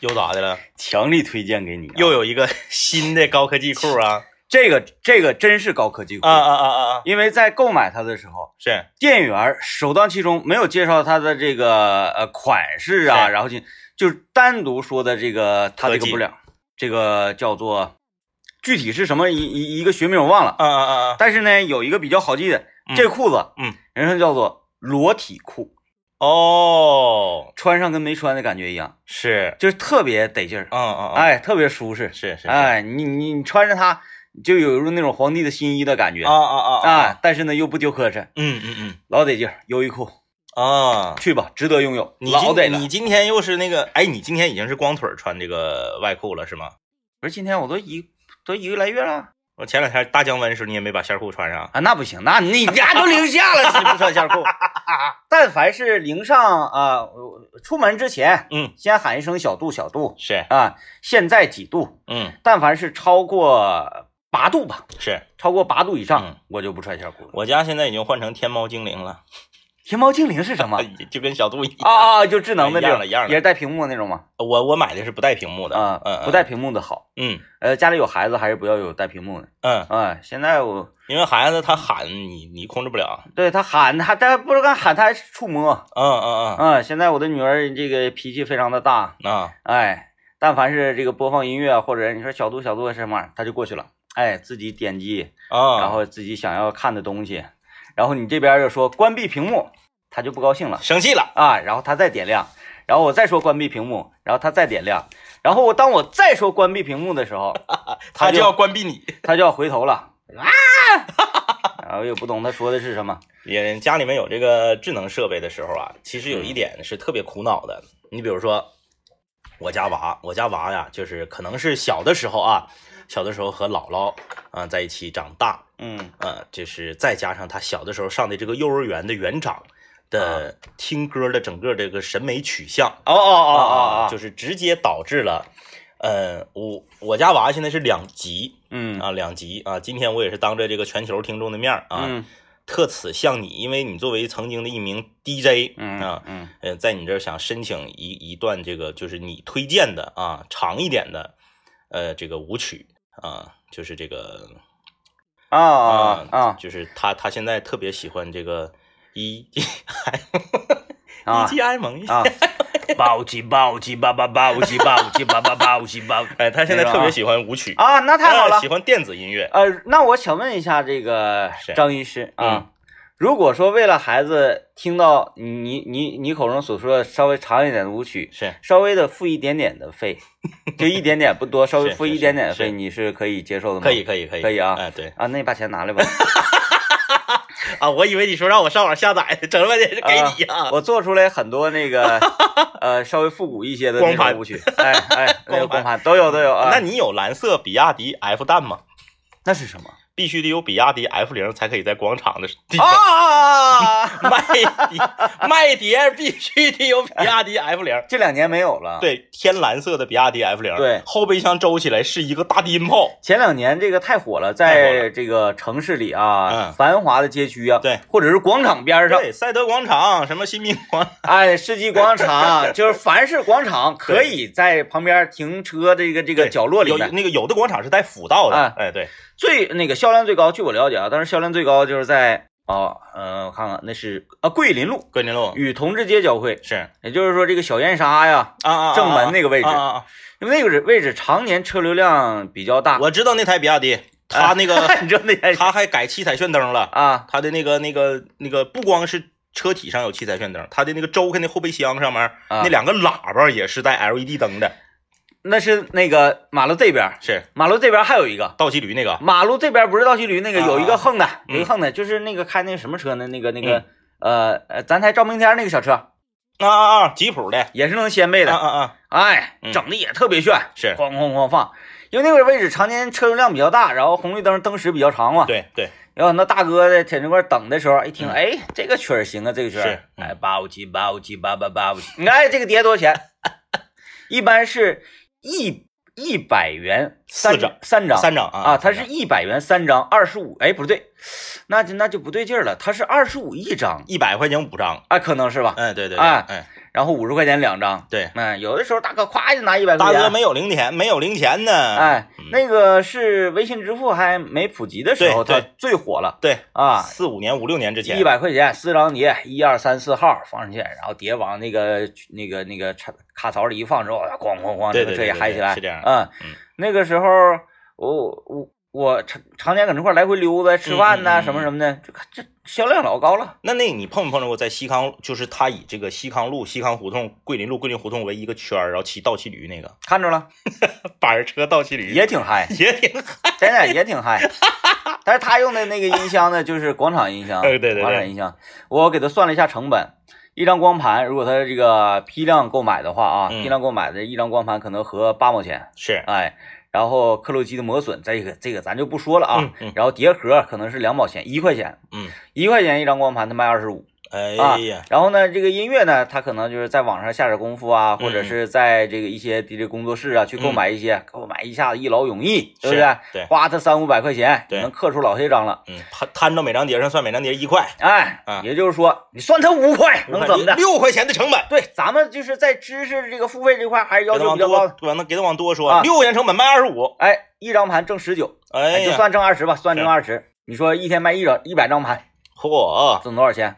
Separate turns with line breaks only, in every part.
又咋的了？
强力推荐给你、啊。
又有一个新的高科技库啊！
这个这个真是高科技库
啊啊啊啊啊！
因为在购买它的时候，
是
店员首当其冲没有介绍它的这个呃款式啊，
是
然后就就是单独说的这个它这
科
个
技
布料，这个叫做具体是什么一一一个学名我忘了，
啊啊啊啊！
但是呢有一个比较好记的，
嗯
这个裤子，
嗯，
人称叫做裸体裤，
哦，
穿上跟没穿的感觉一样，
是，
就是特别得劲儿，
嗯嗯，嗯，
哎，特别舒适，
是是，是，
哎，你你你穿着它就有一种那种皇帝的新衣的感觉
啊啊啊
啊，，但是呢又不丢磕碜。
嗯嗯嗯，
老得劲儿，优衣库，
啊。
去吧，值得拥有，
你
老
今
得了
你。今天又是那个，哎，你今天已经是光腿儿穿这个外裤了是吗？
不是今天我都一都一个来月了
我前两天大降温的时候，你也没把线裤穿上。
啊，那不行，那你家都零下了，你不穿 线裤？但凡是零上啊、呃出门之前，
嗯，
先喊一声小度，小度
是，
啊，现在几度？
嗯，
但凡是超过八度吧，
是
超过八度以上，
嗯
我就不穿线裤了。
我家现在已经换成天猫精灵了，
天猫精灵是什么？
就跟小度一样。嗯
啊啊，就智能的
一
这
样
种，
了一样了
也是带屏幕那种吗？
我我买的是不带屏幕的，
啊、
嗯，
不带，屏幕的好。
嗯
呃，家里有孩子还是不要有带屏幕的。
嗯，
啊、现在我
因为孩子他喊你，你控制不了。
对他喊他，但不知道干喊他还是触摸。
嗯嗯
嗯，现在我的女儿这个脾气非常的大，
嗯啊，
哎，但凡是这个播放音乐啊或者你说小度小度什么玩意儿，她就过去了，哎，自己点击，
啊，
然后自己想要看的东西，然后你这边又说关闭屏幕，她就不高兴了
生气了，
啊，然后她再点亮，然后我再说关闭屏幕，然后她再点亮，然后我当我再说关闭屏幕的时候，
他
就
就要关闭你。
她就要回头了，啊，然后也不懂她说的是什么，
也家里面有这个智能设备的时候啊，其实有一点是特别苦恼的。你比如说，我家娃，我家娃呀，就是可能是小的时候啊，小的时候和姥姥啊、在一起长大，
嗯
呃，就是再加上他小的时候上的这个幼儿园的园长的听歌的整个这个审美取向
哦哦哦哦
啊，
哦，
就是直接导致了，呃，我我家娃现在是两级
嗯
啊，两级啊，今天我也是当着这个全球听众的面儿啊，
嗯
特此向你，因为你作为曾经的一名 DJ
嗯
啊，
嗯
呃，在你这儿想申请一一段这个就是你推荐的啊长一点的，呃，这个舞曲啊，就是这个
啊啊啊
就是他他现在特别喜欢这个一一
啊
级埃蒙一，
啊！暴击暴击叭叭暴击暴击叭叭暴击暴
哎，他现在
那个啊
特别喜欢舞曲，
啊！那太好
呃
了
喜。欢电子音乐，
呃，那我想问一下这个
是嗯
张医师啊，如果说为了孩子听到你你你口中所说的稍微长一点的舞曲，
是
稍微的付一点点 的费，就一点点不多，稍微
是
付
是
一点点的
是
费，你是可以接受的吗？
可以可以可以
可以啊
哎对
啊，那你把钱拿来吧。
啊，我以为你说让我上网下载，整了半天是 给你啊，
呃我做出来很多 那个呃稍微复古一些的
光
那种
盘
舞曲，哎 哎，那个
光盘
光盘都有都有啊。
那你有蓝色比亚迪 F 蛋吗？
那是什么？
必须得有比亚迪 F 零才可以在广场的地方
啊！
卖碟，卖碟必须得有比亚迪 F 零。
这两年没有了。，
对，天蓝色的比亚迪 F 零，
对
后备箱周起来是一个大低音炮，
前两年这个太火了，
太火
在这个城市里啊，
嗯
繁华的街区啊，
对，
或者是啊广场边上，
对，赛德广场什么新民广
哎，世纪 广场，啊就是凡是广场可以在旁边停车这个这个
对
角落里
有
面，
那个有的广场是带辅道的，
啊
哎对，
最那个销量最高，据我了解啊，当时销量最高就是在哦，呃，我看看那是啊桂林路
桂林路
与同志街交汇，
是啊
也就是说这个小燕莎呀，
啊啊
正门那个位置
啊啊啊
因为那个位置常年车流量比较大，
我知道那台比亚
啊
迪，它那个、
你知道那台
它还改七彩炫灯了，
啊
它的那个那个那个不光是。车体上有七彩炫灯，它的那个周开那后备箱上面、
啊
那两个喇叭也是带 LED 灯的，
那是那个马路这边，
是
马路这边还有一个，
倒骑驴那个
马路这边不是倒骑驴那个，
啊
有一个横的，
嗯
有一个横的，就是那个开那个什么车呢？那个那个呃呃，咱台照明天那个小车，
啊啊啊，吉普的，
也是能掀
啊
背的，
啊啊，
哎，
嗯
整的也特别炫，
是
哐哐哐放。因为那个位置常年车流量比较大，然后红绿灯灯时比较长嘛，
对对，
然后那大哥在铁那块等的时候，一听，
嗯
哎，这个曲儿行啊，这个曲
是
儿，
嗯
哎，八五七八五七八八八五七， 你看哎这个 碟多少钱？一般是一一百元三
四张
三张
三张啊
啊，它
三
是
张
一百元三张，二十五，哎，不对，那就那就不对劲儿了，它是二十五一张，
一百块钱五张，
啊，可能是吧？
哎，对对对，
哎
哎，
然后五十块钱两张。
对，
嗯，有的时候大哥咵就拿一百块
大
钱。啊
哥没有零钱，没有零钱呢。
哎
嗯，
那个是微信支付还没普及的时候，
对
它
对
最火了
对，
啊！
四五年、五六年之前，
一百块钱四张碟，一二三四号放上去，然后碟往那个那个那个插卡槽里一放之后，咣咣咣，
对对
这个
对
车也
对
嗨
对
起来。
是这样
嗯
嗯，
那个时候我我我常常年搁那块来回溜达、吃饭
嗯嗯
呐、
嗯
什么什么的，这这销量老高了。
那那你碰没碰着过在西康，就是他以这个西康路、西康胡同、桂林路、桂林胡同为一个圈儿，然后骑倒骑驴那个
看 着了，
板车倒骑驴，
也挺嗨
也挺
真的也 挺嗨。但是他用的那个音箱呢，就是广场音箱，
哎 对对对
广场音箱。我给他算了一下成本，一张光盘，如果他这个批量购买的话啊，
嗯
批量购买的一张光盘可能合八毛钱，
是啊
哎，然后刻录机的磨损，这个这个咱就不说了啊。
嗯嗯
然后碟盒可能是两毛钱，一块钱，
嗯，
一块钱一张光盘，他卖二十五。
哎呀，
然后呢，这个音乐呢，他可能就是在网上下点功夫啊，或
嗯
者是在这个一些 DJ 工作室啊去购买一些，购买一下子一劳永逸，对不
是
对？
对
花他三五百块钱，
对
能刻出老些张了。
嗯，摊摊到每张碟上算每张碟一块，
哎，
啊
也就是说，你算他五块，能怎么的？
六块钱的成本，
对，咱们就是在知识这个付费这块还是要
给他
求比
往
较
多
高的。，
往那给他往多说，
啊
六块钱成本卖二十五，
哎，一张盘挣十九，
哎
哎就
呀，
算挣二十吧，算挣
对
二十。你说一天卖一张一百张盘，
嚯，
挣多少钱？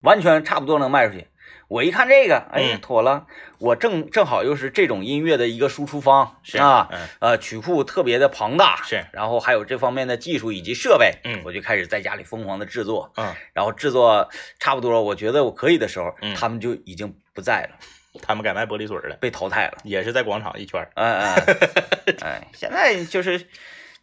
完全差不多能卖出去。我一看这个，哎呀
嗯，
妥了！我正正好又是这种音乐的一个输出方
是
啊，
嗯
呃，曲库特别的庞大，
是
然后还有这方面的技术以及设备，
嗯
我就开始在家里疯狂的制作，
嗯，
然后制作差不多了，我觉得我可以的时候，
嗯
他们就已经不在了，
他们改卖玻璃水了，
被淘汰了。
也是在广场一圈儿，
哎哎哎，现在就是，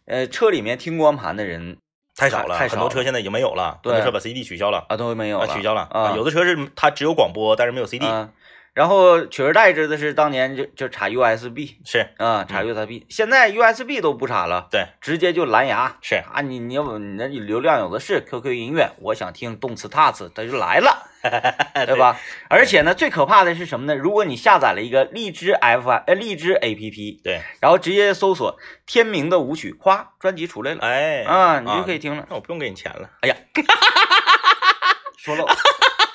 呃，车里面听光盘的人
啊太少了，
太
很
少
多车现在已经没有了，很
对
多车把 CD 取消了，
啊都没有
啊，
了，
取消了，
啊，
有的车是它只有广播，但是没有 CD，
啊。然后取而代之的是当年就就插 USB
是
啊，插 USB，、现在 USB 都不插了，
对，
直接就蓝牙。
是，
啊，你你要你那流量有的是 QQ 音乐，我想听动次打次，它就来了， 对吧？而且呢，最可怕的是什么呢？如果你下载了一个荔枝 F 呃荔枝 APP，
对，
然后直接搜索“天明的舞曲”，夸专辑出来了，
哎，
啊，你就可以 听了。
那我不用给你钱了。
说漏，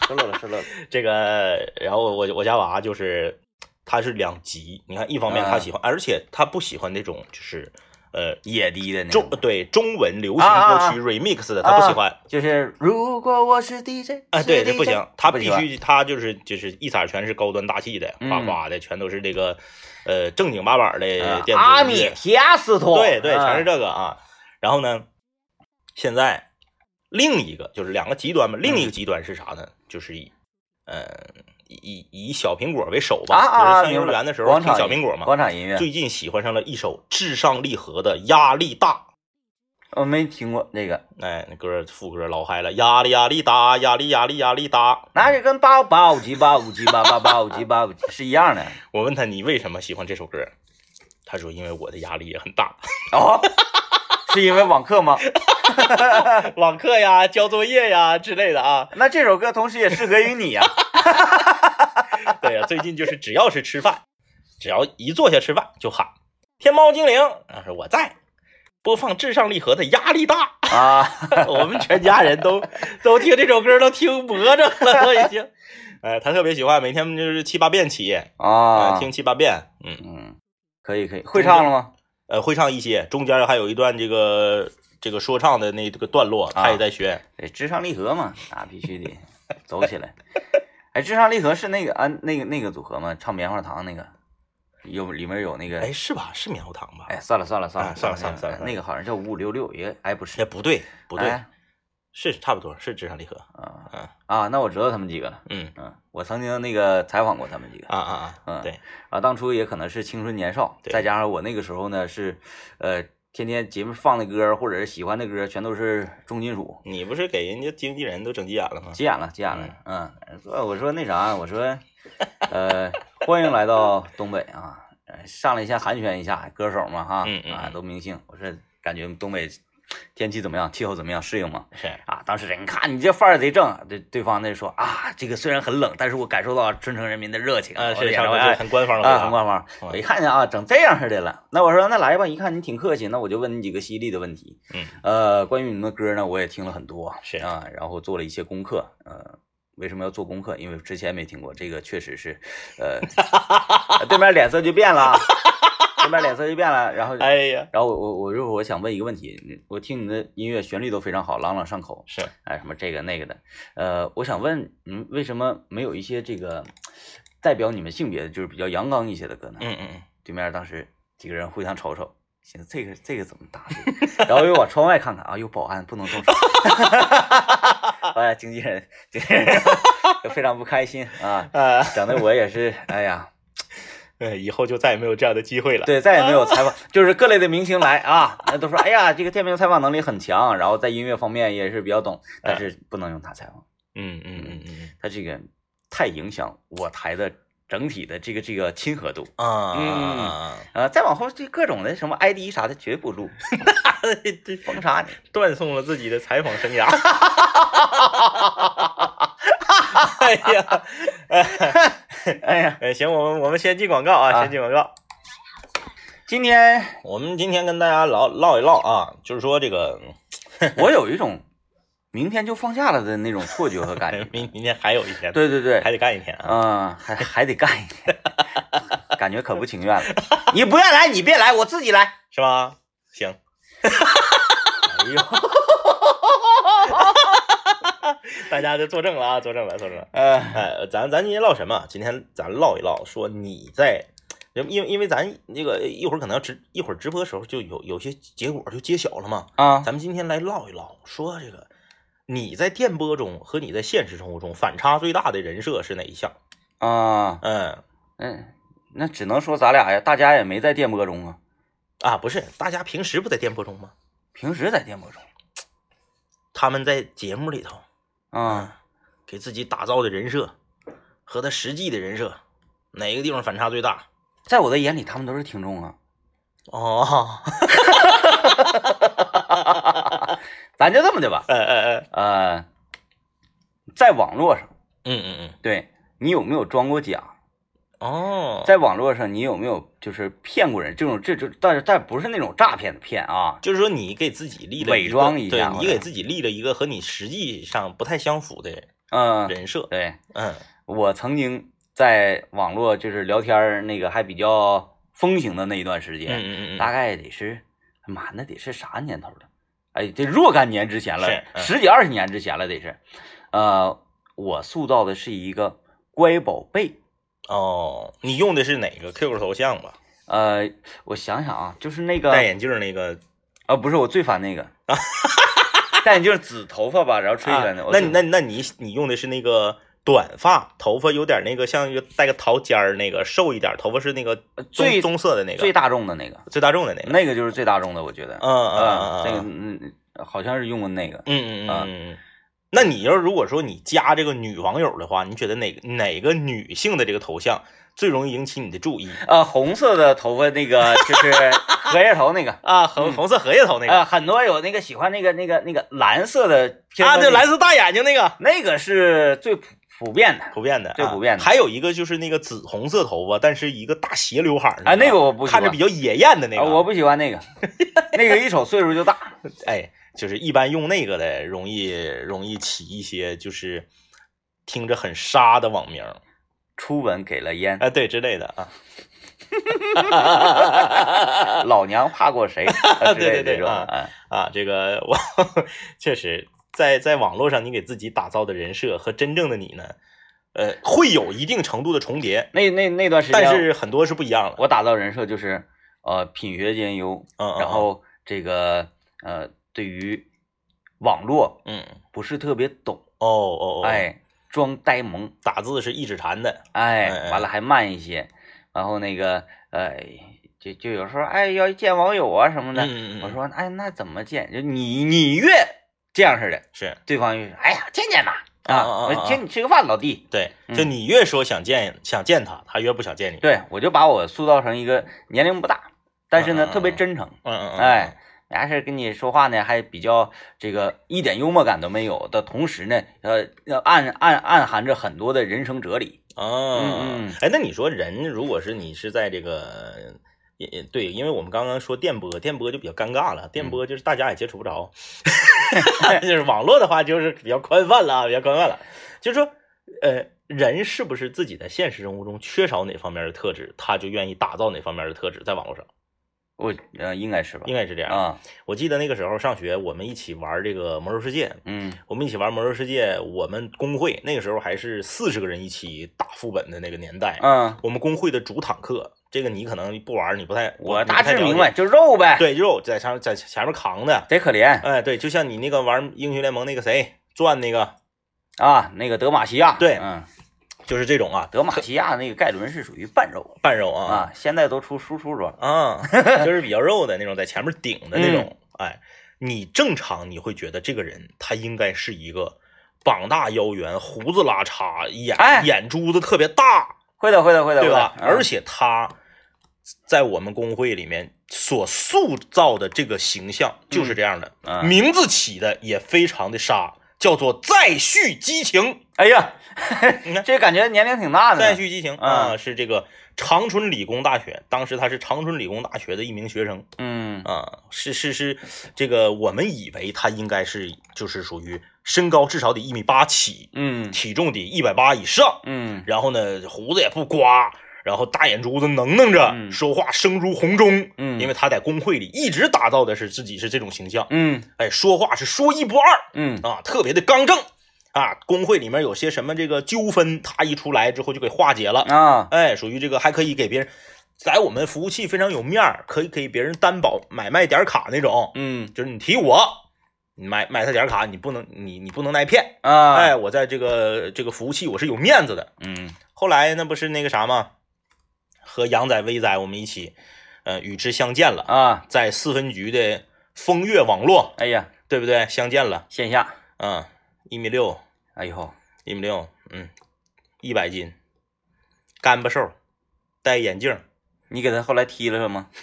说漏了，说漏了。
这个，然后我我家娃就是，他是两极。你看，一方面
啊
他喜欢，而且他不喜欢那种就是呃
野迪的那
中
种，
对中文流行
啊啊
歌
啊
曲 remix 的，他不喜欢。
就是如果我是 DJ，
啊，
是
对，这不
DJ
行，他
不
必
喜欢
须他就是就是一色儿全是高端大气的，
嗯
哗哗的，全都是这个呃正经八板的
啊
电子音乐。
阿米提亚斯托，
对对，全是
这，
这个啊。然后呢，现在另一个就是两个极端嘛，另
嗯
一个极端是啥呢？就是以呃以以以小苹果为首吧，
啊啊啊！
就是上幼
明
儿
白
园的时候
广
听
场
小
音
苹果嘛。
广场音乐，
最近喜欢上了一首至上励合的《压力大
我没听过那个。》，
哎，那歌副歌老嗨了，压力压力大，压力压力压力大。
那就跟八八五级八五级八八八五级八五级是一样的。
我问他你为什么喜欢这首歌，他说因为我的压力也很大，
哦，是因为网课吗？
网课呀、交作业呀之类的啊。
那这首歌同时也适合于你呀、
对啊呀，最近就是只要是吃饭，只要一坐下吃饭就喊“天猫精灵”，啊，说我在，播放至上励合的《压力大，
啊！》
我们全家人都都听这首歌，都听魔怔了，都已经。哎，他特别喜欢，每天就是七八遍起，
啊
啊，听七八遍，嗯，
嗯，可以可以，会唱了吗？
呃，会唱一些，中间还有一段这个这个说唱的那这个段落，
啊
他也在学。
对，智商励合嘛，那必须得走起来。哎，智商励合是那个啊，那个那个组合吗？唱棉花糖那个，有里面有那个
哎，是吧？是棉花糖吧？
哎，算了算了算了
啊算了算了算了
那个好像叫五五六六，也哎不
哎，
是
不对，不
不
对，是差不多是至上励合。嗯
啊啊，那我知道他们几个了。
嗯，
嗯，我曾经那个采访过他们几个
啊啊啊，
嗯
对，
啊，当初也可能是青春年少，
对
再加上我那个时候呢是，呃，天天节目放的歌儿或者是喜欢的歌儿全都是重金属，
你不是给人家经纪人都整急眼了吗？
急眼了，急眼了，嗯，说我说那啥，我说，呃，欢迎来到东北啊，呃上来先寒暄一下，歌手嘛哈，
嗯嗯
啊
嗯，
都明星，我说感觉东北天气怎么样，气候怎么样，适应吗？
是，
啊，当事人，你看你这范儿贼正，对对方那说啊，这个虽然很冷，但是我感受到春城人民的热情，
呃，
我
是
演
上
唱会
回
哎
是很官方的
啊，很
回答，
官方。
嗯
我一看见啊，整这样式的了，那我说那来吧，一看你挺客气，那我就问你几个犀利的问题。
嗯，
呃，关于你们的歌呢，我也听了很多，
是
啊，然后做了一些功课，呃，为什么要做功课？因为之前没听过，这个确实是， 呃，对面脸色就变了，啊对面脸色就变了。然后，
哎呀，
然后我我我一会儿我想问一个问题，我听你的音乐旋律都非常好，朗朗上口，
是
哎，什么这个那个的，呃，我想问，嗯，为什么没有一些这个代表你们性别的，就是比较阳刚一些的歌呢？
嗯嗯嗯，
对面当时几个人互相瞅瞅，寻思这个这个怎么搭这个 然后又往窗外看看啊，有保安不能动手， 哎，经纪人经纪人 就非常不开心啊，
啊，
整的我也是，哎呀，
呃以后就再也没有这样的机会了。
对，再也没有采访，就是各类的明星来啊，那都说哎呀，这个天明采访能力很强，然后在音乐方面也是比较懂，但是不能用他采访，
嗯嗯嗯嗯
他这个太影响我台的整体的这个这个亲和度。
嗯啊，
呃，再往后这各种的什么 ID 啥的绝对不录，
这
封杀 你。
嗯断送了自己的采访生 涯。哎呀，
哎呀，
哎，行，我们我们先进广告啊，
啊
先进广告。
今天
我们今天跟大家唠唠一唠啊，就是说这个。
我有一种明天就放假了的那种错觉和感觉
明明天还有一天，
对对对，
还得干一天啊。
嗯，还还得干一天，感觉可不情愿了。你不愿来，你别来，我自己来。
是吧？行，
哎呦，
大家就作证了啊，作证了，作证了。
呃，
哎，咱咱今天唠什么？今天咱唠一唠，说你在，因为因为因为咱那个一会儿可能要直一会儿直播的时候就有有些结果就揭晓了嘛。
啊，
咱们今天来唠一唠，说这个你在电波中和你在现实生活中反差最大的人设是哪一项？
啊，
嗯
嗯，那只能说咱俩呀，大家也没在电波中啊，
啊，不是，大家平时不在电波中吗？
平时在电波中
他们在节目里头
啊，
给自己打造的人设和他实际的人设，哪个地方反差最大？
在我的眼里，他们都是听众啊。
哦，
咱就这么的吧，
哎哎哎，
呃，在网络上，
嗯嗯嗯，
对你有没有装过假？
哦，
在网络上，你有没有就是骗过人？这种这这，但是但不是那种诈骗的骗啊，
就是说你给自己立了
伪
一个
装一下
对
我
你给
看
自己立了一个和你实际上不太相符的
嗯，
人设，
对
嗯
我曾经在网络就是聊天儿那个还比较风行的那一段时
嗯
间，
嗯嗯
大
嗯，
概得是，哎妈，那得是啥年头了？哎，这若干年之前了
是，嗯
十几二十年之前了，得是，呃，我塑造的是一个乖宝贝，
哦，你用的是哪个 QQ 头像吧？
呃，我想想啊，就是那个
戴眼镜儿那个
啊，不是我最烦 那个，戴眼镜紫头发吧，然后吹起来的。
啊
我
那
最
你那那你你用的是那个短发，头发有点那个像一个带个桃尖儿那个瘦一点，头发是那个棕
呃最
棕色的那个
最大众的那个，
最大众的那个，
那个就是最大众的，我觉得。
嗯嗯
啊，那个
嗯
嗯，好像是用过那个。
嗯嗯嗯
啊
嗯。那你要如果说你加这个女网友的话，你觉得哪个哪个女性的这个头像最容易引起你的注意
呃，红色的头发那个就是 荷叶头那个。
啊？红红色荷叶头那个
啊，很多有那个喜欢那个那个那个蓝色的偏
啊，
分
对，
那个
蓝色大眼睛那个
那个是最普普遍的。
普遍的，
最普遍的
啊还有一个就是那个紫红色头发，但是一个大斜刘海儿
啊，那个我不
嗯
喜
看着
欢
比较野艳的那个，
啊我不喜欢 那个，那个一瞅岁数就大。
哎，就是一般用那个的，容易容易起一些就是听着很沙的网名儿，
初吻给了烟，
哎，对之类的啊。
老娘怕过谁？
对对
啊之类的
对
这种
啊
哎
啊，这个我 确实在在网络上，你给自己打造的人设和真正的你呢，呃，会有一定程度的重叠，
那那那段时间，
但是很多是不一样的。
我打造人设就是呃品学兼优，
嗯，嗯
然后这个呃对于网络
嗯，
不是特别懂，
哦哦哦，，
哎，装呆萌，
打字是一指禅的，哎哎
哎，完了还慢一些，然后那个呃就就有时候哎要见网友啊什么的，
嗯嗯嗯
我说哎那怎么见？就你你越这样似的，
是
对方越说哎呀见见吧
啊啊啊
我
啊
请你吃个饭，老弟。
对，
嗯
就你越说想见想见他，他越不想见你。
对，我就把我塑造成一个年龄不大，但是呢
嗯嗯
特别
嗯
真诚，
嗯嗯嗯，
哎，还是跟你说话呢，还比较这个一点幽默感都没有的同时呢，呃，要暗暗暗含着很多的人生哲理。
哦，
嗯嗯
哎，那你说人如果是你是在这个，也也对，因为我们刚刚说电波，电波就比较尴尬了，电
嗯
波就是大家也接触 不着，就是网络的话就是比较宽泛了啊，比较宽泛了，就是说呃，人是不是自己在现实生活中缺少哪方面的特质，他就愿意打造哪方面的特质，在网络上
我呃应该是吧
应？该是这样。
啊，
我记得那个时候上学，我们一起玩这个《魔兽世界》，
嗯
我们一起玩《魔兽世界》，我们工会那个时候还是四十个人一起打副本的那个年代。
嗯，
我们工会的主坦克，这个你可能不玩，你不太，
我
你不
大
太
致
了
明
解
白，。就肉呗，
对，肉在上在前面扛的，
贼可怜
哎，对，就像你那个玩英雄联盟那个谁转那个，
啊。那个德玛西亚，
对
嗯，
就是这种啊，
德玛西亚那个盖伦是属于半肉
半肉啊
啊，现在都出输出装，
啊，就是比较肉的那种，在前面顶的那种。
嗯
哎，你正常你会觉得这个人他应该是一个膀大腰圆、胡子拉碴、眼、
哎
眼珠子特别大，
会的会的会的，
对吧？
会的嗯
而且他在我们工会里面所塑造的这个形象就是这样的，
嗯
名字起的也非常的杀，叫做再续激情。
哎呀
你看，
这感觉年龄挺大的呢，
再续激情
嗯
啊，是这个长春理工大学，当时他是长春理工大学的一名学生
嗯
啊，是是是，这个我们以为他应该是就是属于身高至少得一米八起，
嗯
体重得一百八以上，
嗯
然后呢胡子也不刮，然后大眼珠子能能着，
嗯
说话声如洪钟，
嗯
因为他在工会里一直打造的是自己是这种形象，
嗯
哎，说话是说一不二，
嗯
啊，特别的刚正啊。工会里面有些什么这个纠纷，他一出来之后就给化解了，
啊，
哎，属于这个还可以给别人，在我们服务器非常有面儿，可以给别人担保买卖点卡那种，
嗯
就是你提我。你买买他点卡，你不能你你不能挨骗。
啊，
哎，我在这个这个服务器我是有面子的。
嗯
后来那不是那个啥吗？和杨仔、威仔我们一起，呃，与之相见了，
啊，
在四分局的风月网络，
哎呀，
对不对？相见了，
线下，
嗯，一米六，
哎呦，
一米六，嗯，一百斤，干巴瘦，戴眼镜，
你给他后来踢了是吗？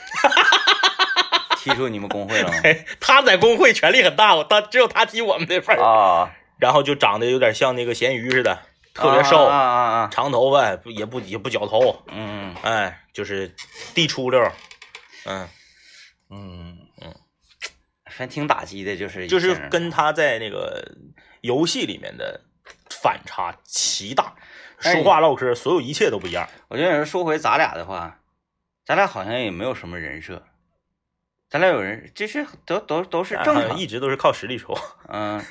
踢出你们工 会了吗？
嘿，他在工会权力很大，我他只有他提我们这份儿
啊，
然后就长得有点像那个咸鱼似的，特别瘦，
啊啊啊啊，
长头发，不也不也不绞头，
嗯
哎，就是地出溜儿，嗯，
嗯嗯，反正挺打击的，就是
就
一
是
些人
跟他在那个游戏里面的反差极大，
哎
说话唠嗑，所有一切都不一样。
我觉得有人说回咱俩的话，咱俩好像也没有什么人设，咱俩有人就是都都都是正常
啊一直都是靠实力说。
嗯，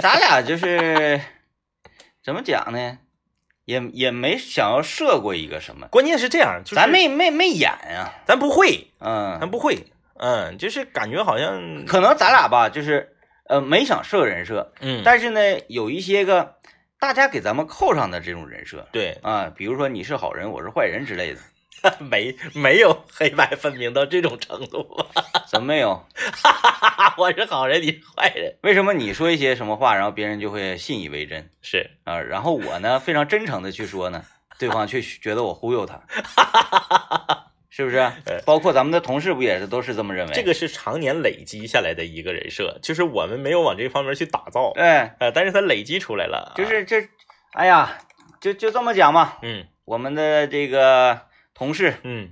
咱俩就是怎么讲呢，也也没想要设过一个什么，
关键是这样，就是、
咱没没没演啊，
咱不会，咱
嗯，
不会，嗯，就是感觉好像，
可能咱俩吧，就是呃没想设人设，
嗯，
但是呢，有一些个大家给咱们扣上的这种人设
对，
啊，比如说你是好人，我是坏人之类的，
没没有黑白分明到这种程度吧？
怎么没有？
我是好人，你是坏人，
为什么你说一些什么话，然后别人就会信以为真
是
啊？然后我呢，非常真诚的去说呢，对方却觉得我忽悠他， 是不是？包括咱们的同事不也是都是这么认为？
这，个是常年累积下来的一个人设，就是我们没有往这方面去打造，
哎，
呃，但是它累积出来了，啊
就是这，哎呀，就就这么讲吧。
嗯
我们的这个同事，
嗯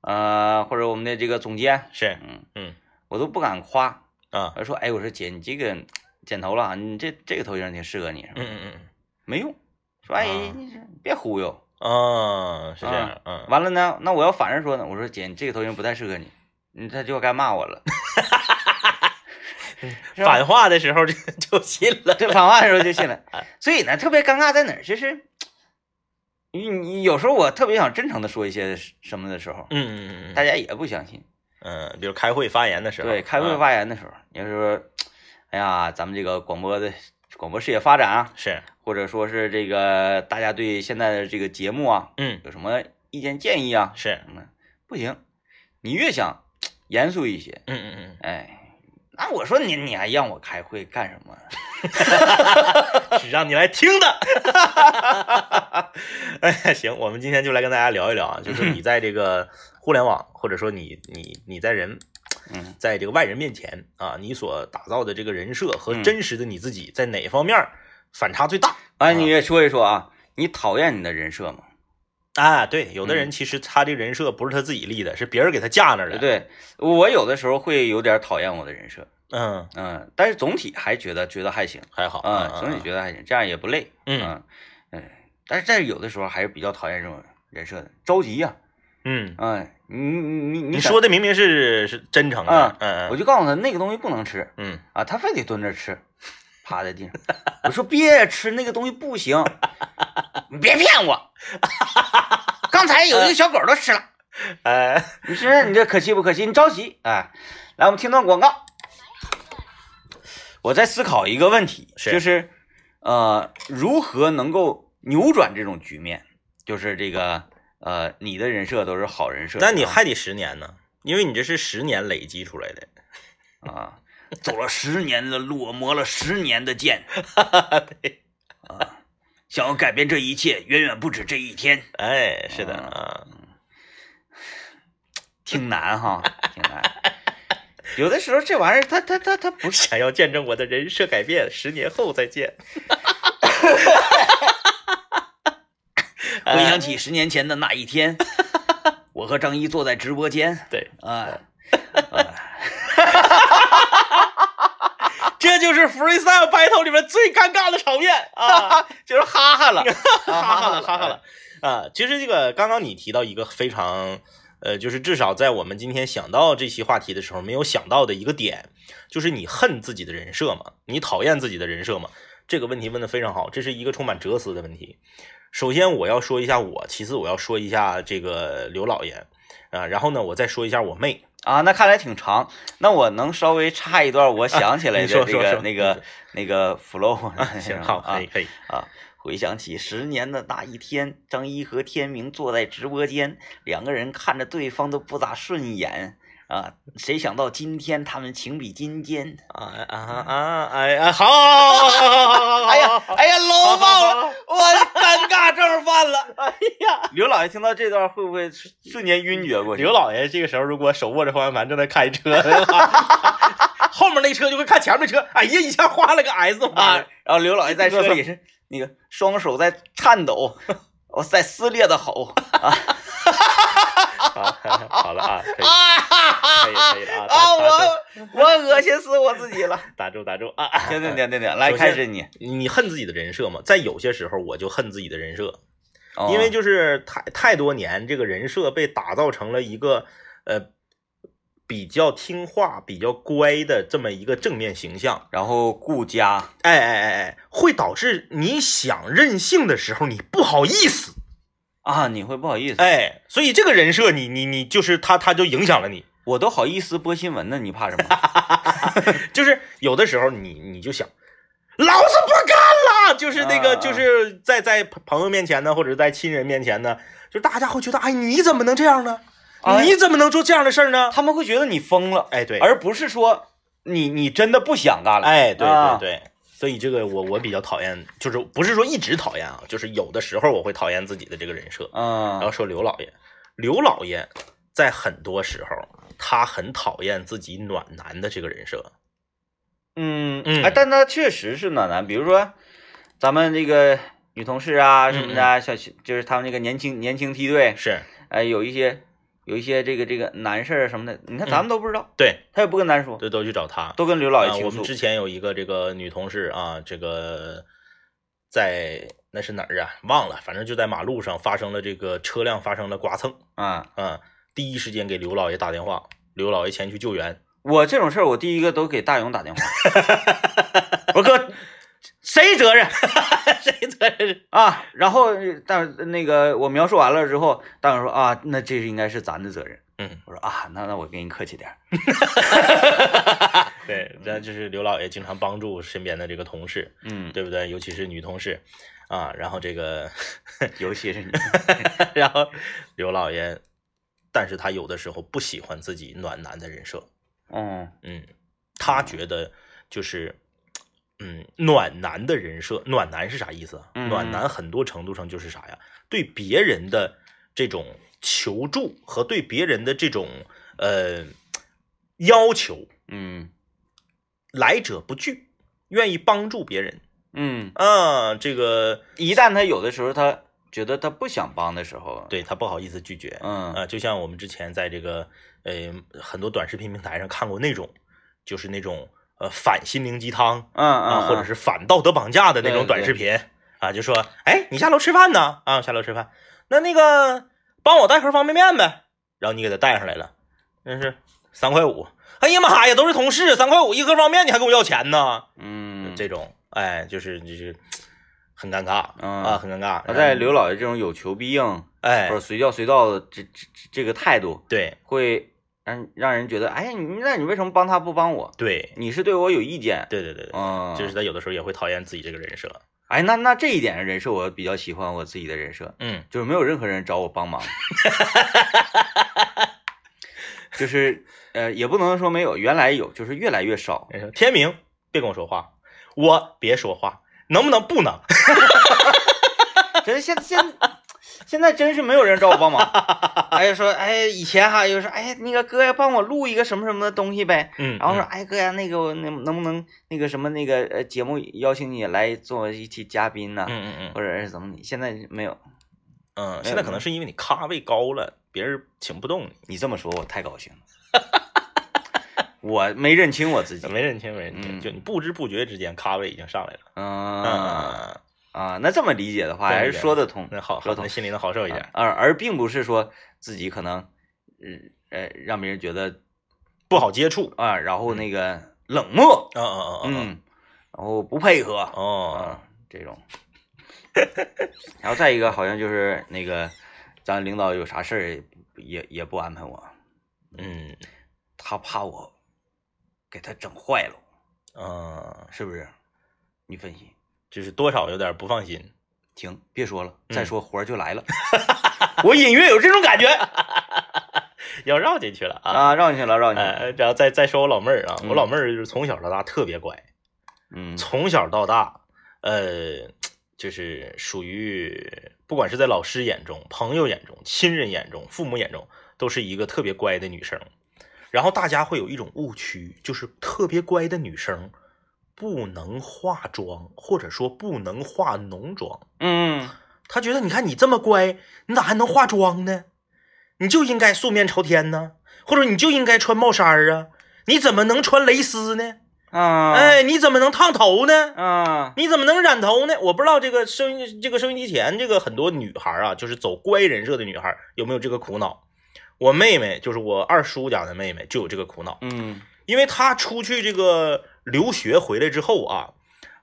呃，或者我们的这个总监，
是
嗯，
嗯
我都不敢夸，
啊
我说，哎，我说姐，你这个剪头了啊，你这这个头型挺适合你，
嗯嗯
没用。说，哎
啊，
你别忽悠。
嗯啊，是这样，嗯，
完了呢，那我要反着说呢，我说姐，你这个头型不太适合你，你他就该骂我了。是吧
反话的时候就 就信了，
对反话的时候就信了，所以呢，特别尴尬在哪儿，就是你你有时候我特别想真诚的说一些什么的时候，
嗯嗯嗯
大家也不相信。
嗯，比如开会发言的时候，
对，开会
嗯
发言的时候，有时候，哎呀，咱们这个广播的广播事业发展啊，
是，
或者说是这个大家对现在的这个节目啊
嗯
有什么意见建议啊，
是，
嗯，不行，你越想严肃一些，
嗯嗯嗯。
哎，那我说你你还让我开会干什么？
是让你来听的。 哎，行，我们今天就来跟大家聊一聊啊，就是你在这个互联网，或者说你你你在人，
嗯，
在这个外人面前啊，你所打造的这个人设和
嗯
真实的你自己在哪方面儿反差最大？
啊，你也说一说啊，你讨厌你的人设吗？
啊，对，有的人其实他这个人设不是他自己立的，是别人给他架那儿的。，
嗯对，我有的时候会有点讨厌我的人设，
嗯，
嗯，但是总体还觉得觉得还行
还好
啊，总体
觉
觉得还行，这样也不累，
哦嗯
嗯，哎，但是在有的时候还是比较讨厌这种人设的，着急呀、
嗯，
嗯，你你你
你
你
说的明明是是真诚的
嗯，
嗯
想，
嗯
我就告诉他那个东西不能吃
嗯
啊，他非得蹲着吃，趴 在地上。我说别吃那个东西不行，你别骗我。 刚才有一个小狗都吃了，
嗯，哎，
你说你这可气不可气？你着急哎，来，我们听段广告。我在思考一个问题，
是
就是呃，如何能够扭转这种局面？就是这个呃，你的人设都是好人设，
那你
啊
还得十年呢，因为你这是十年累积出来的。
啊，走了十年的路，我磨了十年的剑，
对，
啊，想要改变这一切，远远不止这一天，
哎，是的
嗯
啊，
挺难哈，挺 难。有的时候这玩意儿，它它它它不是，
想要见证我的人设改变，十年后再见。
回
哎
想起十年前的那一天，我和张一坐在直播间，
对，
啊，
这就是 freestyle battle 里面最尴尬的场面啊！
就是哈 哈了，哈
哈哈了，哈哈了。啊！其实这个刚刚你提到一个非常，呃，就是至少在我们今天想到这期话题的时候没有想到的一个点，就是你恨自己的人设嘛，你讨厌自己的人设嘛？这个问题问的非常好，这是一个充满哲思的问题。首先我要说一下我，其次我要说一下这个刘老爷啊，然后呢，我再说一下我妹。
啊，那看来挺长，那我能稍微插一段我想起来
啊你
的
说
这
说
个
说嗯
那个那 个 flow，
行， 好，
啊
可以，可以，
啊，回想起十年的那一天，张一和天明坐在直播间，两个人看着对方都不咋顺眼啊。谁想到今天他们情比金坚？
啊啊啊！哎啊，好，好，好，好，好，好，
哎呀，哎呀，
好
搂 爆了！我尴尬症犯了。
哎呀。
刘老爷听到这段会不会瞬间晕厥过去？
刘老爷这个时候如果手握着方向盘正在开车的话，后面那车就会看前面车，哎呀，一下划了个 S
啊
啊！，
然后刘老爷在车里是那个双手在颤抖，我在撕裂的吼啊
好了啊，可以
啊哈哈
可以可以了啊打
啊！
打
我我恶心死我自己了。
打住打住啊！
停停停停停，来
首先
开始你，
你恨自己的人设吗？在有些时候，我就恨自己的人设，
哦
因为就是太太多年，这个人设被打造成了一个呃比较听话、比较乖的这么一个正面形象。
然后顾家
哎哎哎哎，会导致你想任性的时候，你不好意思。
啊，你会不好意思，
哎，所以这个人设你，你你就是他，他就影响了你。
我都好意思播新闻呢，你怕什 么？
就是有的时候你，你就想，老子不干了。就是那个，
啊啊
就是在在朋友面前呢，或者在亲人面前呢，就大家会觉得，哎，你怎么能这样呢？
哎
你怎么能做这样的事儿呢？
他们会觉得你疯了，
哎，对，
而不是说你你真的不想干了。
哎，对
啊
对对。所以这个我我比较讨厌，就是不是说一直讨厌啊，就是有的时候我会讨厌自己的这个人设。然后
嗯，
说刘老爷，刘老爷在很多时候他很讨厌自己暖男的这个人设。
嗯
嗯
哎，但他确实是暖男，比如说咱们这个女同事啊什
嗯
么的啊，小就是他们这个年轻年轻梯队，
是
哎，有一些有一些这个这个难事儿什么的，你看咱们都不知道，
嗯对，
他也不跟咱说，
都都去找他。
都跟刘老爷
啊，我
倾
们
诉
之前有一个这个女同事啊，这个在那是哪儿啊？忘了，反正就在马路上发生了这个车辆发生了刮蹭
啊。
啊，第一时间给刘老爷打电话，刘老爷前去救援。
我这种事儿，我第一个都给大勇打电话。我说哥，谁责任
谁责任？
啊？然后呃大那个我描述完了之后，大勇说啊，那这是应该是咱的责任。
嗯，
我说啊，那那我跟您客气点儿。
对，这就是刘老爷经常帮助身边的这个同事，
嗯，
对不对？尤其是女同事啊，然后这个
尤其是你，
然后刘老爷，但是他有的时候不喜欢自己暖男的人设，
嗯
嗯，他觉得就是，嗯，暖男的人设，暖男是啥意思啊？
嗯
暖男很多程度上就是啥呀？对别人的这种求助和对别人的这种呃要求，
嗯
来者不拒，愿意帮助别人
嗯，
啊，这个
一旦他有的时候他觉得他不想帮的时候，，
对他不好意思拒绝，
嗯
啊，就像我们之前在这个呃很多短视频平台上看过那种，就是那种呃反心灵鸡汤
嗯嗯，
啊，或者
嗯
是反道德绑架的那种
对
短视频啊，就说，哎，你下楼吃饭呢？啊，我下楼吃饭。那那个，帮我带盒方便面呗。然后你给他带上来了，那是三块五。哎呀妈呀，都是同事，三块五一盒方便面，你还跟我要钱呢？
嗯，
这种，哎，就是就是很尴尬、
嗯
啊，很尴尬。
他在
然后
刘老爷这种有求必应或
哎
者，随叫随到的这这这这个态度，
对
会让让人觉得，哎呀，你那你为什么帮他不帮我？
对
你是对我有意见，
对对对对，
嗯，
就是他有的时候也会讨厌自己这个人设。
哎，那那这一点人设我比较喜欢我自己的人设，
嗯，
就是没有任何人找我帮忙， 就是呃，也不能说没有，原来有，就是越来越少。
人说天明，别跟我说话，我别说话，能不能不能？
真现现现在真是没有人找我 帮忙，哎说哎以前哈有说哎那个哥呀帮我录一个什么什么的东西呗，
嗯，
然后说
嗯
哎哥呀那个我能能不能那个什么那个呃节目邀请你来做一期嘉宾呐，
嗯嗯嗯
啊或者是怎么你现在没有，
嗯，现在可能是因为你咖位高了，别人请不动
你这么说我太 高兴了，我没认清我自己
你，，没认清没认清，
嗯
就你不知不觉之间咖位已经上来了。
嗯
嗯，
啊那这么理解的话
这么
还
理
是
解
说得通，
那好好，
说得
那
通，
心里能好受一点
啊，而而并不是说自己可能，嗯呃让别人觉得。
不好接触。
啊，然后那个冷漠，
嗯嗯嗯嗯，
嗯，然后不配合，
哦，
啊，这种。然后再一个，好像就是那个，咱领导有啥事儿也也也不安排我，
嗯
他怕我给他整坏了，
嗯，
是不是？你分析，
就是多少有点不放心。
停，别说了，
嗯
再说活儿就来了。我隐约有这种感觉
要绕进去了啊。
啊，绕进去了，绕进去了，
呃，然后再再说我老妹儿啊，
嗯
我老妹儿就是从小到大特别乖，
嗯
从小到大，呃，就是属于不管是在老师眼中、朋友眼中、亲人眼中、父母眼中，都是一个特别乖的女生。然后大家会有一种误区，就是特别乖的女生不能化妆，或者说不能化浓妆。
嗯，
他觉得你看你这么乖，你咋还能化妆呢？你就应该素面朝天呢，或者你就应该穿帽衫儿啊，你怎么能穿蕾丝呢？
啊，，
哎，你怎么能烫头呢？
啊，
你怎么能染头呢？我不知道这个收音这个收音机前这个很多女孩啊，就是走乖人设的女孩有没有这个苦恼？我妹妹就是我二叔家的妹妹就有这个苦恼，
嗯
因为她出去这个留学回来之后啊，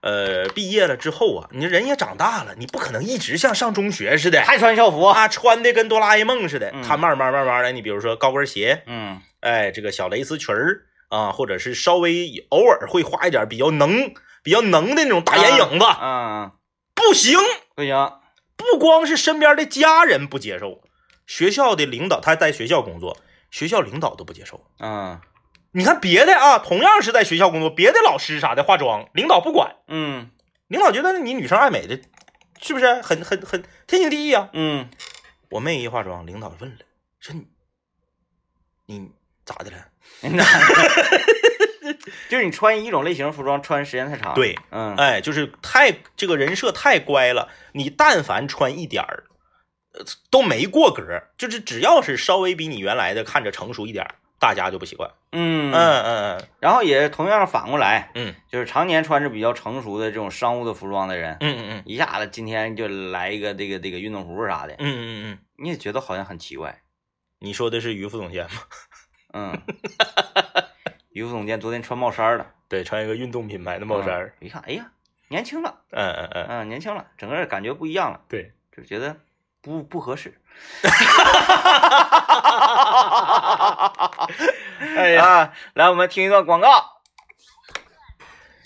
呃，毕业了之后啊，你人也长大了，你不可能一直像上中学似的，
还穿校服，
啊，穿的跟哆啦 A 梦似的
嗯。
他慢慢慢慢的，你比如说高跟鞋，
嗯
哎，这个小蕾丝裙儿啊，或者是稍微偶尔会画一点比较能、比较能的那种大眼影子，
啊，
不行。
不行，
不光是身边的家人不接受，学校的领导，他在学校工作，学校领导都不接受。
嗯
你看别的啊，同样是在学校工作，别的老师啥的化妆，领导不管，
嗯。
领导觉得你女生爱美的，是不是很很很天经地义啊？
嗯
我妹一化妆，领导问了，说你你咋的了？，
就是你穿一种类型服装穿时间太长，，
对，
嗯，
哎，就是太这个人设太乖了，你但凡穿一点儿，呃都没过格儿，就是只要是稍微比你原来的看着成熟一点儿，大家就不习惯。
嗯
嗯嗯嗯
然后也同样反过来，
嗯
就是常年穿着比较成熟的这种商务的服装的人，
嗯嗯嗯
一下子今天就来一个这个这个运动服啥的，
嗯嗯嗯，
你也觉得好像很奇怪，
你说的是于副总监吗？
嗯，于副总监昨天穿帽衫了，
对，穿一个运动品牌的帽衫儿。
嗯，一看，哎呀，年轻了，
嗯嗯嗯，
嗯，年轻了，整个人感觉不一样了，
对，
就觉得不不合适，
哎呀，
啊，来，我们听一段广告，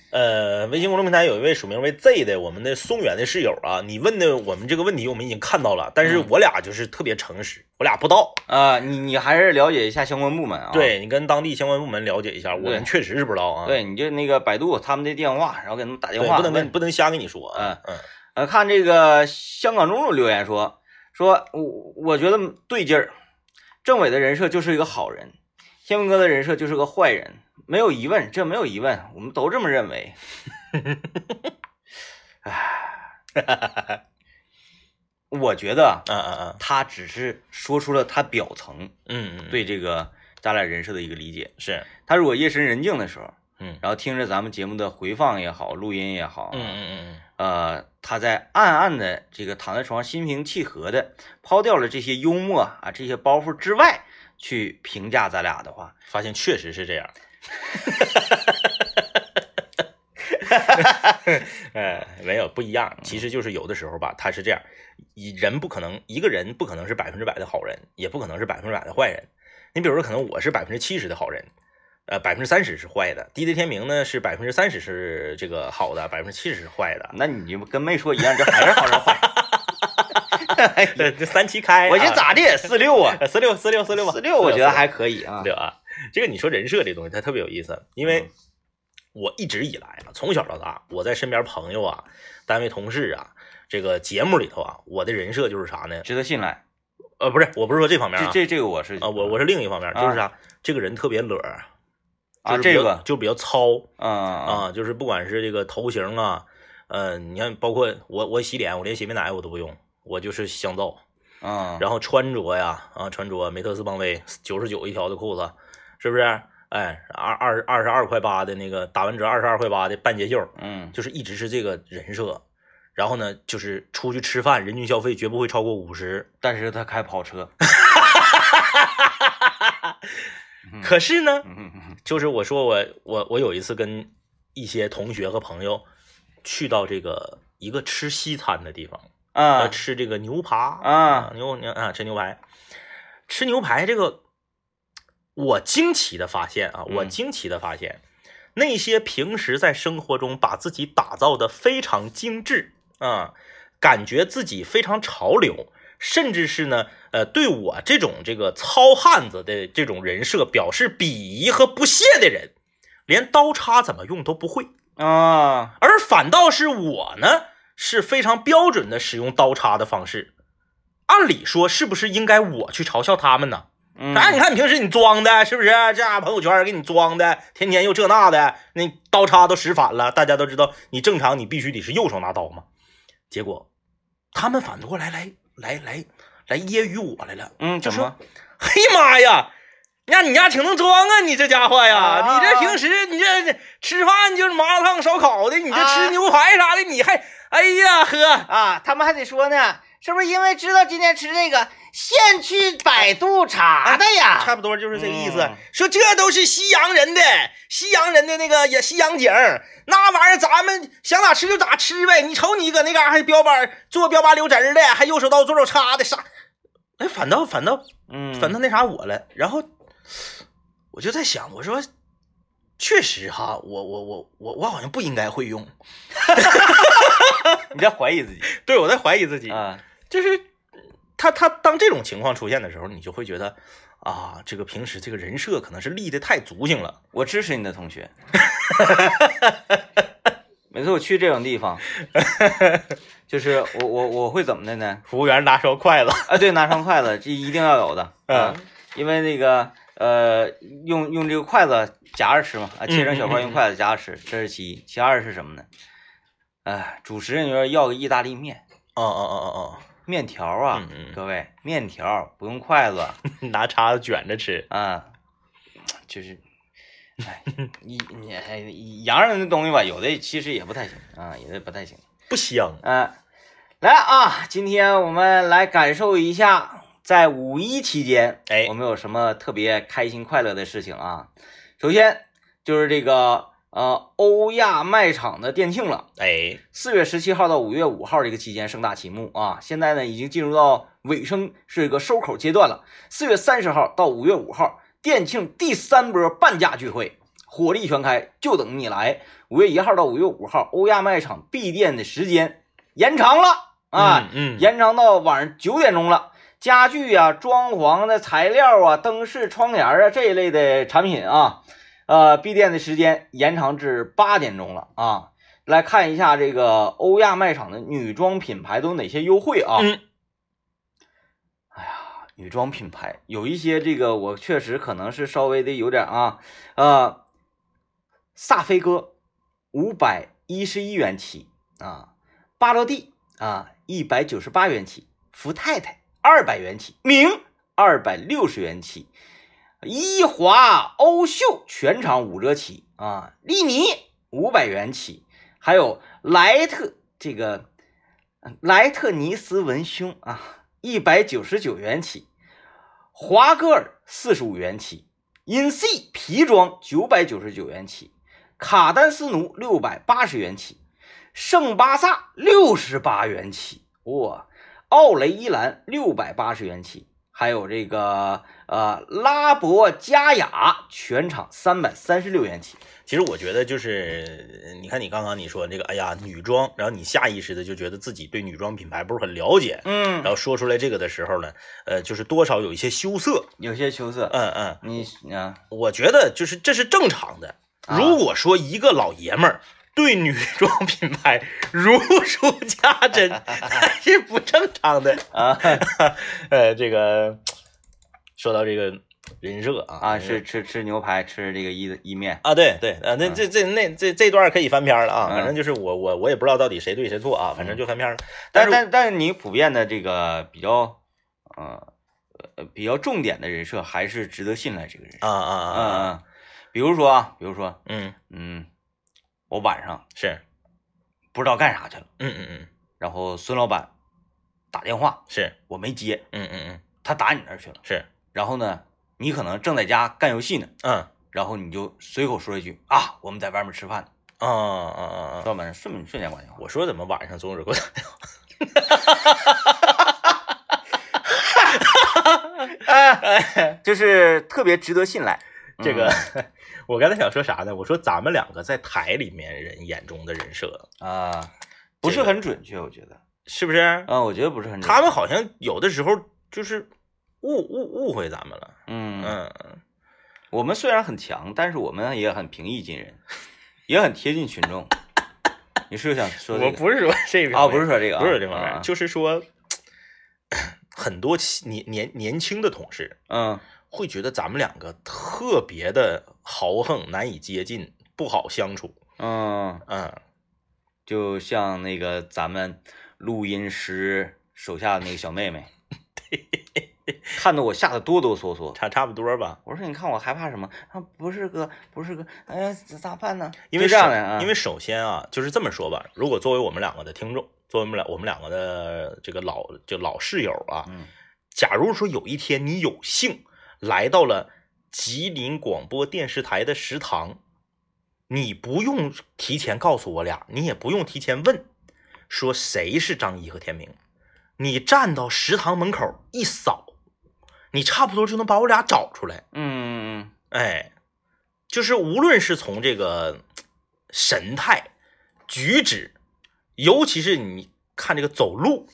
呃，微信公众平台有一位署名为 Z 的我们的松原的室友啊，你问的我们这个问题我们已经看到了，但是
嗯
我俩就是特别诚实，我俩不到。
啊，你你还是了解一下相关部门啊，。
对你跟当地相关部门了解一下，我
对
们确实是不知道啊。
对，你就那个百度他们的电话，然后给他们打电
对，
话，
不能跟
问
不能瞎跟你说啊。嗯
呃，看这个香港中路留言说说，我我觉得对劲儿，政委的人设就是一个好人，天明哥的人设就是个坏人，没有疑问，这没有疑问，我们都这么认为。唉，我觉得啊
嗯嗯
他只是说出了他表层
嗯嗯，，
对这个咱俩人设的一个理解。
是，
他如果夜深人静的时候，
嗯
然后听着咱们节目的回放也好，录音也好，啊
嗯嗯嗯
呃，他在暗暗的这个躺在床上心平气和的抛掉了这些幽默啊这些包袱之外去评价咱俩的话，
发现确实是这 样。哎，没有不一样，其实就是有的时候吧，他是这样，一人不可能一个人不可能是百分之百的好人，也不可能是百分之百的坏人。你比如说，可能我是百分之七十的好人，呃，百分之三十是坏的。地雷天明呢是百分之三十是这个好的，百分之七十是坏的。
那你就跟没说一样，这还是好人坏。哎呀
这这三七开啊，
我寻思咋的也四六啊，
呃四六四六四六吧，
四六我觉得还可以啊
四。六啊。这个你说人设这东西，它特别有意思，因为
嗯
我一直以来啊，从小到大，我在身边朋友啊、单位同事啊、这个节目里头啊，我的人设就是啥呢？
值得信赖，
呃，不是，我不是说这方面
这
啊，
这这个我是
啊，我我是另一方面，就是啥，这个人特别乐儿
啊
就是比较
这个
就比较糙。
嗯啊
啊，就是不管是这个头型啊，呃，你看，包括我我洗脸，我连洗面奶我都不用，我就是香皂。
啊，
然后穿着呀，啊，穿着美特斯邦威九十九一条的裤子，是不是？哎，二二二十二块八的那个打完折二十二块八的半截袖，
嗯
就是一直是这个人设。然后呢，就是出去吃饭，人均消费绝不会超过五十。
但是他开跑 车，
可是呢，
嗯嗯
就是我说我我我有一次跟一些同学和朋友去到这个一个吃西餐的地方，
啊
要吃这个牛扒
啊，
牛牛啊，吃牛排，吃牛排这个，我惊奇的发现啊，
嗯
我惊奇的发现，那些平时在生活中把自己打造的非常精致啊，感觉自己非常潮流。甚至是呢，呃，对我这种这个糙汉子的这种人设表示鄙夷和不屑的人，连刀叉怎么用都不会。
啊，
而反倒是我呢，是非常标准的使用刀叉的方式。按理说，是不是应该我去嘲笑他们呢？
嗯
哎，你看你平时你装的，是不是？这家朋友圈给你装的，天天又这那的，那刀叉都使反了。大家都知道，你正常你必须得是右手拿刀嘛。结果他们反过来来来来来揶揄我来了。
嗯，
就
怎
说
么？
嘿妈哎呀，那你家挺能装啊，你这家伙呀，
啊
你这平时你这吃饭就是麻辣烫、烧烤的，你这吃牛排啥的，你还哎呀呵，
啊，他们还得说呢，是不是因为知道今天吃这个，现去百度
啊
查的呀？
差不多就是这个意思。
嗯
说这都是西洋人的，西洋人的那个也西洋景儿，那玩意儿咱们想咋吃就咋吃呗。你瞅你搁那嘎、还标板做标靶柳枝儿的，还右手刀左手叉的啥？哎，反倒反倒
嗯，
反倒那啥我了。然后我就在想，我说确实哈，我我我我我好像不应该会用。
你在怀疑自己
对我在怀疑自己，
啊？
就是他他当这种情况出现的时候，你就会觉得啊，这个平时这个人设可能是立的太足性了。
我支持你的 同学。每次我去这种地方， 就是我我我会怎么的呢？
服务员拿双筷子，
啊，对，拿双筷子，这一定要有的。
嗯
啊，因为那个呃，用用这个筷子夹着吃嘛，啊，切成小块
嗯嗯嗯
用筷子夹着吃，这是其一。其二是什么呢？哎，主食你说要个意大利面，
哦哦哦
面条啊，
嗯嗯
各位，面条不用 筷子
哦哦， 拿叉子卷着吃。
啊，就是，哎，你你哎洋人的东西吧，有的其实也不太行啊，有的不太行。
不香，
嗯，来啊，今天我们来感受一下，在五一期间，
哎
我们有什么特别开心快乐的事情啊？首先就是这个呃欧亚卖场的店庆了，
哎，
四月十七号到五月五号这个期间盛大启幕啊！现在呢已经进入到尾声，是一个收口阶段了。四月三十号到五月五号，店庆第三波半价聚会，火力全开，就等你来。五月一号到五月五号，欧亚卖场闭店的时间延长了啊，
嗯，嗯
延长到晚上九点钟了。家具啊、装潢的材料啊、灯饰、窗帘啊这一类的产品啊，呃，闭店的时间延长至八点钟了啊。来看一下这个欧亚卖场的女装品牌都有哪些优惠啊？哎
嗯
女装品牌有一些这个我确实可能是稍微的有点啊，呃，萨菲哥五百一十一元起啊，巴洛蒂啊一百九十八元起，福太太二百元起，明二百六十元起，伊华、欧秀全场五折起啊，利尼五百元起，还有莱特这个莱特尼斯文胸啊，一百九十九元起；华歌尔四十五元起；In C 皮装九百九十九元起；卡丹斯奴六百八十元起；圣巴萨六十八元起，哇！奥雷伊兰六百八十元起，还有这个呃拉博加雅全场三百三十六元起。
其实我觉得就是，你看你刚刚你说这个，哎呀，女装，然后你下意识的就觉得自己对女装品牌不是很了解，
嗯
然，后说出来这个的时候呢，呃，就是多少有一些羞涩，
有些羞涩。
嗯嗯，
你啊，
我觉得就是这是正常的。
啊
如果说一个老爷们儿对女装品牌 如数家珍，那是不正常的
啊
呃，这个说到这个人设啊
啊，是吃吃牛排，吃这个意意面。
啊，对对，啊，那这这那这这段可以翻篇了啊，
嗯
反正就是我我我也不知道到底谁对谁错啊，反正就翻篇了。
但
是
但但是你普遍的这个比较，呃呃比较重点的人设还是值得信赖这个人设。
啊啊
嗯
啊啊，
嗯，比如说啊，比如说，
嗯，
嗯，我晚上
是，
不知道干啥去了，
嗯嗯嗯，
然后孙老板打电话
是，
我没接，
嗯嗯嗯
他打你那儿去了。
是，
然后呢，你可能正在家干游戏呢，
嗯。
然后你就随口说一句啊，我们在外面吃饭呢，
啊啊啊啊！
孙老板瞬瞬间挂电话。
我说怎么晚上总有人给我打电
哎就是特别值得信赖。
话 这个，我刚才想说啥呢？我说咱们两个在台里面人眼中的人设
啊、不是很准确，我觉得。
是不是？
嗯，我觉得不是很准确。
他们好像有的时候就是误误误会咱们了。
嗯，
嗯嗯
我们虽然很强，但是我们也很平易近人，也很贴近群众。 你是不是想说这
我
个？
不是 说这个
啊，不是说这个啊，
不是这方
啊
面，就是说很多其年年年轻的同事
嗯
会觉得咱们两个特别的豪横，难以接近，不好相处。
嗯，
嗯，
就像那个咱们录音师手下的那个小 妹妹，看得我吓得哆哆嗦嗦。
差差不多吧。
我说：“你看我害怕什么？”啊，不是哥，不是哥，哎呀，咋办呢？
因为
就这样
首
的啊，
因为首先啊，就是这么说吧，如果作为我们两个的听众，作为我们两我们两个的这个老就老室友啊，
嗯
假如说有一天你有幸来到了吉林广播电视台的食堂，你不用提前告诉我俩，你也不用提前问，说谁是张一和天明，你站到食堂门口一扫，你差不多就能把我俩找出来。
嗯嗯
哎，就是无论是从这个神态、举止，尤其是你看这个走路，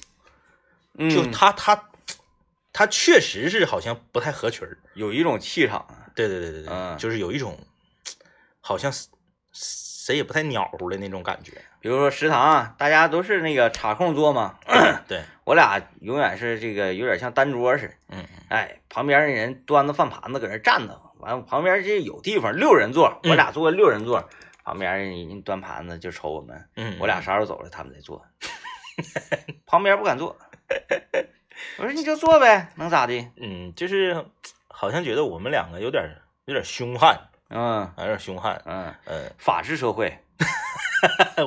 嗯，
就
嗯
他他他确实是好像不太合群儿。
有一种气场啊。
对对对对对，
嗯
就是有一种好像是谁也不太鸟乎的那种感觉。
比如说食堂啊，大家都是那个插空坐嘛，
对，
我俩永远是这个有点像单桌似的，
嗯，
哎，旁边那人端着饭盘子搁那站着，完了旁边这有地方六人座，
嗯
我俩坐六人座，旁边人端盘子就瞅我们，
嗯，
我俩啥时候走了他们再坐， 旁边不敢坐，我说你就坐呗，能咋的？
嗯，就是好像觉得我们两个有点有点凶悍，啊
嗯
有点凶悍。
嗯，
嗯，
法治社会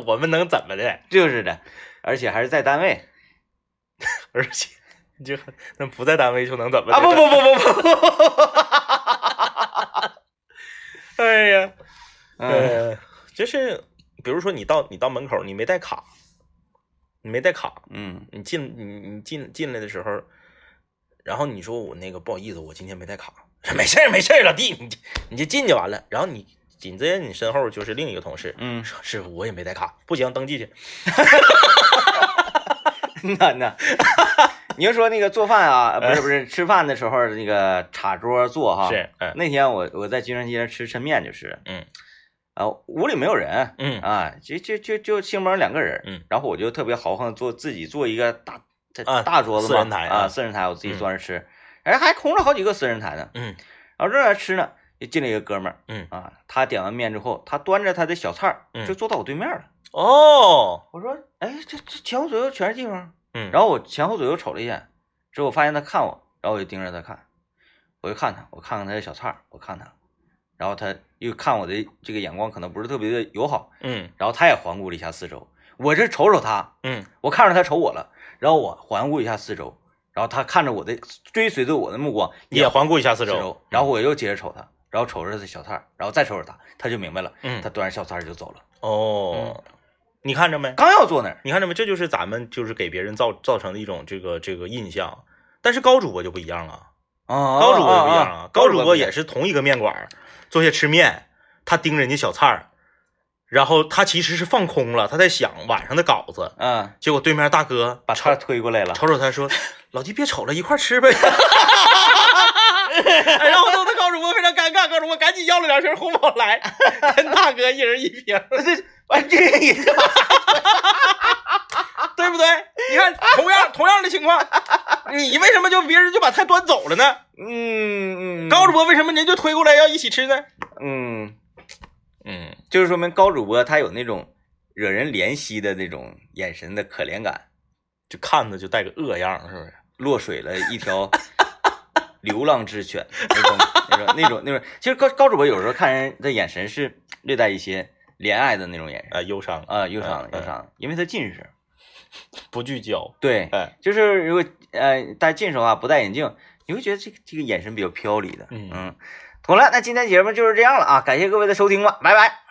我们能怎么的？
就是的，而且还是在单位
而且你就那不在单位就能怎么
啊，
的
不不不不不，
哎呀，
嗯
呃，就是比如说你到你到门口，你没带卡，你没带卡，
嗯
你进你你进进来的时候，然后你说我那个不好意思，我今天没带卡， 没事儿没事儿，老弟，你就你就进就完了。然后你紧接着你身后就是另一个同事，
嗯，
说师傅我也没带卡，不行，登记去。
那那， 你就说那个做饭啊，不是不是吃饭的时候那个插桌坐哈。
是，嗯
那天我我在金山街吃抻面就是，
嗯
啊、屋里没有人
嗯
啊，就就就就清门两个人，
嗯，
然后我就特别豪横，做自己做一个大这
啊
大桌子嘛，
四人台
啊
啊
四人台，我自己坐那吃，哎还空着好几个四人台呢，
嗯
然后正在吃呢，就进来一个哥们儿，
嗯
啊，他点完面之后，他端着他的小菜儿
嗯
就坐到我对面了，
哦，
我说哎这这前后左右全是地方，
嗯，
然后我前后左右瞅了一眼，之后我发现他看我，然后我就盯着他看，我就看他，我看看他的小菜儿，我看他，然后他又看我的这个眼光可能不是特别的友好，
嗯
然后他也环顾了一下四周，我这瞅瞅他，
嗯
我看着他瞅我了，然后我环顾一下四周，然后他看着我的追随着我的目光
也环顾一下四
四周
周，，嗯
然后我又接着瞅他，然后瞅着他小菜儿，然后再瞅瞅他，他就明白了，
嗯
他端着小菜儿就走了，
哦，你看着没？
刚要坐那儿，
你看着没？这就是咱们就是给别人造造成的一种这个这个印象。但是高主播就不一样了，
啊，
高主播就不一样
啊
了，哦高主播也
是，
是同一个面馆儿坐下吃面，他盯着人家小菜儿，然后他其实是放空了，他在想晚上的稿子。
嗯，
结果对面大哥
把菜儿推过来了，
瞅瞅 他说：“老弟，别瞅了，一块儿吃 呗。”哎然后弄得高主播非常尴尬，高主播赶紧要了两瓶红宝来，跟大哥一人一瓶，
哎，这也是
对不对？你看，同样同样的情况，你为什么就别人就把菜端走了呢？
嗯嗯，
高主播为什么人就推过来要一起吃呢？
嗯，
嗯，
就是说明高主播他有那种惹人怜惜的那种眼神的可怜感，
就看着就带个恶样，是不是？
落水了一 条流浪之犬那种那种那种那种，其实高高主播有时候看人的眼神是略带一些怜爱的那种眼神
啊、忧伤，
啊，忧伤了
嗯
忧伤了，因为他近视，
不聚焦，
对，
哎，
就是如果呃戴近视的话，不戴眼镜，你会觉得这个这个眼神比较飘离的，
嗯
嗯，好了，那今天节目就是这样了啊，感谢各位的收听吧，拜拜。